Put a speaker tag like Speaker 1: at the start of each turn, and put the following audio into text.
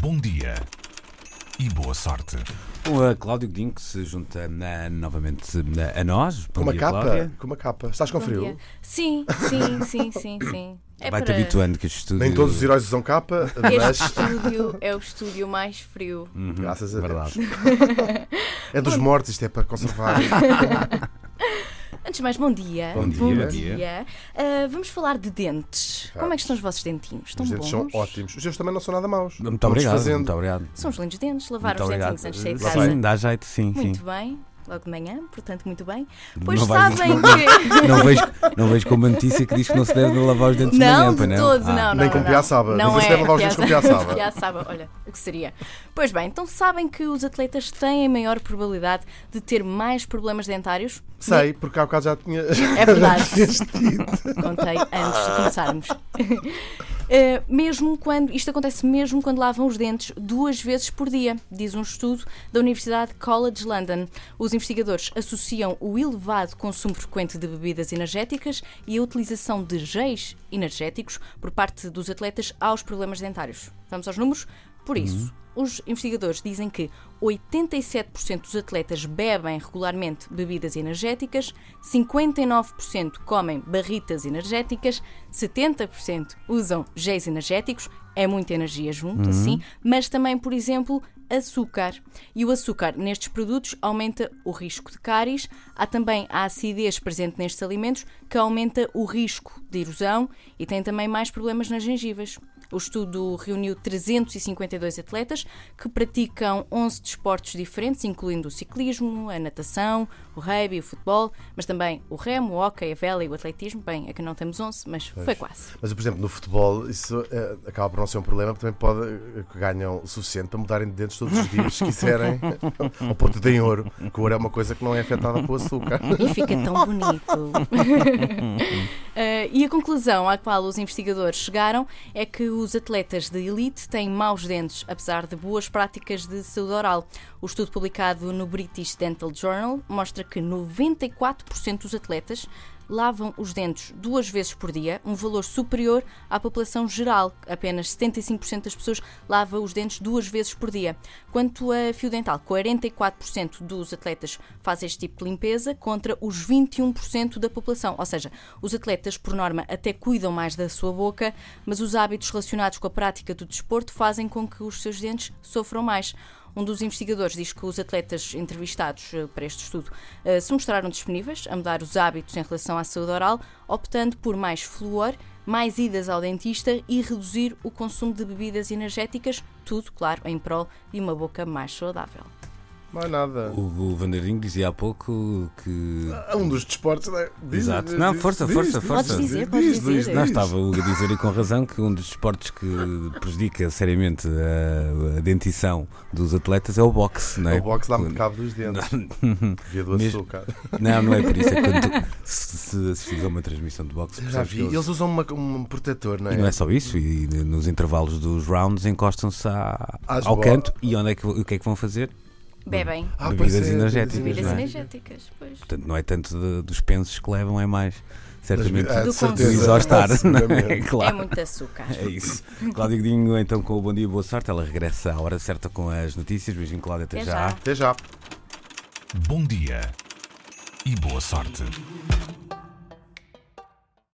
Speaker 1: bom dia e boa sorte.
Speaker 2: Com a Cláudio Godinho que se junta na- novamente na- a nós. Bom
Speaker 3: Com uma
Speaker 2: dia,
Speaker 3: capa?
Speaker 2: Cláudia.
Speaker 3: Com uma capa. Estás com
Speaker 4: Bom
Speaker 3: frio?
Speaker 4: dia. Sim, sim, sim, sim, sim. É
Speaker 2: Vai-te
Speaker 4: para-
Speaker 2: habituando que este estúdio...
Speaker 3: Nem todos os heróis usam capa, mas
Speaker 4: Este estúdio é o estúdio mais frio.
Speaker 2: Hum.
Speaker 3: graças a Deus.
Speaker 2: Uhum. Verdade.
Speaker 3: É dos mortos, isto é para conservar.
Speaker 4: Antes de mais, bom dia.
Speaker 3: Bom dia.
Speaker 2: Bom dia.
Speaker 4: Ah, vamos falar de dentes. Como é que estão os vossos dentinhos? Estão
Speaker 3: Os dentes
Speaker 4: bons?
Speaker 3: são ótimos. Os seus também não são nada maus.
Speaker 2: Muito
Speaker 3: Vão-nos
Speaker 2: obrigado, Então.
Speaker 3: fazendo.
Speaker 2: muito obrigado.
Speaker 4: São os lindos dentes, lavar
Speaker 2: Muito
Speaker 4: os
Speaker 2: obrigado.
Speaker 4: dentinhos antes de sair de casa.
Speaker 2: Sim, dá jeito, sim, sim.
Speaker 4: Muito bem, logo de manhã, portanto, muito bem. Pois
Speaker 2: Não vais-
Speaker 4: sabem que.
Speaker 2: Não vejo, não vejo como a notícia que diz que não se deve lavar os dentes de
Speaker 4: Não,
Speaker 2: manhã, pois
Speaker 4: de todo,
Speaker 2: Ah,
Speaker 4: não, não.
Speaker 3: Nem com
Speaker 4: não,
Speaker 3: piaçaba.
Speaker 4: Não
Speaker 3: Nunca se
Speaker 4: é
Speaker 3: deve lavar os dentes com piaçaba.
Speaker 4: piaçaba, olha, o que seria. Pois bem, então sabem que os atletas têm maior probabilidade de ter mais problemas dentários?
Speaker 3: Sei, porque há bocado já tinha.
Speaker 4: É verdade.
Speaker 3: Este tido.
Speaker 4: Contei antes de começarmos. Eh, mesmo quando, isto acontece mesmo quando lavam os dentes duas vezes por dia, diz um estudo da Universidade College London. Os investigadores associam o elevado consumo frequente de bebidas energéticas e a utilização de géis energéticos por parte dos atletas aos problemas dentários. Vamos aos números? Por isso, os investigadores dizem que 87% dos atletas bebem regularmente bebidas energéticas, 59% comem barritas energéticas, 70% usam géis energéticos, é muita energia junto, assim, mas também, por exemplo, açúcar. E o açúcar nestes produtos aumenta o risco de cáries, há também a acidez presente nestes alimentos que aumenta o risco de erosão e tem também mais problemas nas gengivas. O estudo reuniu 352 atletas que praticam 11 desportos diferentes, incluindo o ciclismo, a natação, o rugby, o futebol, mas também o remo, o hóquei, a vela e o atletismo. Bem, aqui não temos 11, mas foi quase.
Speaker 3: Mas, por exemplo, no futebol, isso eh, acaba por não ser um problema, porque também pode eh, que ganham o suficiente para mudarem de dentes todos os dias, se quiserem, ao ponto de em ouro. Que o ouro é uma coisa que não é afetada pelo açúcar.
Speaker 4: E fica tão bonito. Eh, e a conclusão à qual os investigadores chegaram é que os atletas de elite têm maus dentes, apesar de boas práticas de saúde oral. O estudo publicado no British Dental Journal mostra que 94% dos atletas lavam os dentes duas vezes por dia, um valor superior à população geral. Apenas 75% das pessoas lava os dentes duas vezes por dia. Quanto a fio dental, 44% dos atletas fazem este tipo de limpeza contra os 21% da população. Ou seja, os atletas, por norma, até cuidam mais da sua boca, mas os hábitos relacionados com a prática do desporto fazem com que os seus dentes sofram mais. Um dos investigadores diz que os atletas entrevistados eh, para este estudo eh, se mostraram disponíveis a mudar os hábitos em relação à saúde oral, optando por mais flúor, mais idas ao dentista e reduzir o consumo de bebidas energéticas, tudo, claro, em prol de uma boca mais saudável.
Speaker 3: Não é nada.
Speaker 2: O, o Vandeirinho dizia há pouco que...
Speaker 3: É um dos desportos, não é? Diz,
Speaker 2: Exato.
Speaker 3: diz,
Speaker 2: Não,
Speaker 3: diz,
Speaker 2: força,
Speaker 3: diz,
Speaker 2: força,
Speaker 3: diz,
Speaker 2: força.
Speaker 4: Podes dizer,
Speaker 3: diz,
Speaker 4: podes
Speaker 3: diz, diz,
Speaker 4: dizer.
Speaker 2: Não,
Speaker 3: diz.
Speaker 2: estava o a dizer e com razão que um dos esportes que prejudica seriamente a, a dentição dos atletas é o boxe, não é?
Speaker 3: O box dá muito cabo dos dentes. Via do
Speaker 2: Mesmo-
Speaker 3: açúcar.
Speaker 2: Não, não é por isso. É quando tu- se, se assistires a uma transmissão de boxe,
Speaker 3: Já
Speaker 2: percebes que
Speaker 3: vi.
Speaker 2: eles-
Speaker 3: Eles usam uma- um protetor, não
Speaker 2: E não é
Speaker 3: é?
Speaker 2: só isso, e nos intervalos dos rounds encostam-se à-
Speaker 3: Às
Speaker 2: ao
Speaker 3: bo-
Speaker 2: canto e onde é que, o que é que vão fazer?
Speaker 4: Bebem
Speaker 3: Ah, pois
Speaker 2: bebidas
Speaker 3: é,
Speaker 2: energéticas,
Speaker 3: bebidas
Speaker 2: não
Speaker 4: bebidas
Speaker 2: é?
Speaker 4: energéticas, pois.
Speaker 2: Portanto, não é tanto de- dos pensos que levam, é mais certamente
Speaker 3: Ah, de
Speaker 4: Do
Speaker 2: do
Speaker 4: consumo.
Speaker 2: isostar, não é?
Speaker 3: Seguramente.
Speaker 4: É
Speaker 2: Claro.
Speaker 4: muito açúcar.
Speaker 2: É isso. Cláudia Godinho, então, com o Bom Dia e Boa Sorte, ela regressa à hora certa com as notícias. Beijinho, Cláudia, até,
Speaker 4: Até
Speaker 2: já.
Speaker 4: já.
Speaker 3: Até já.
Speaker 1: Bom dia e boa sorte.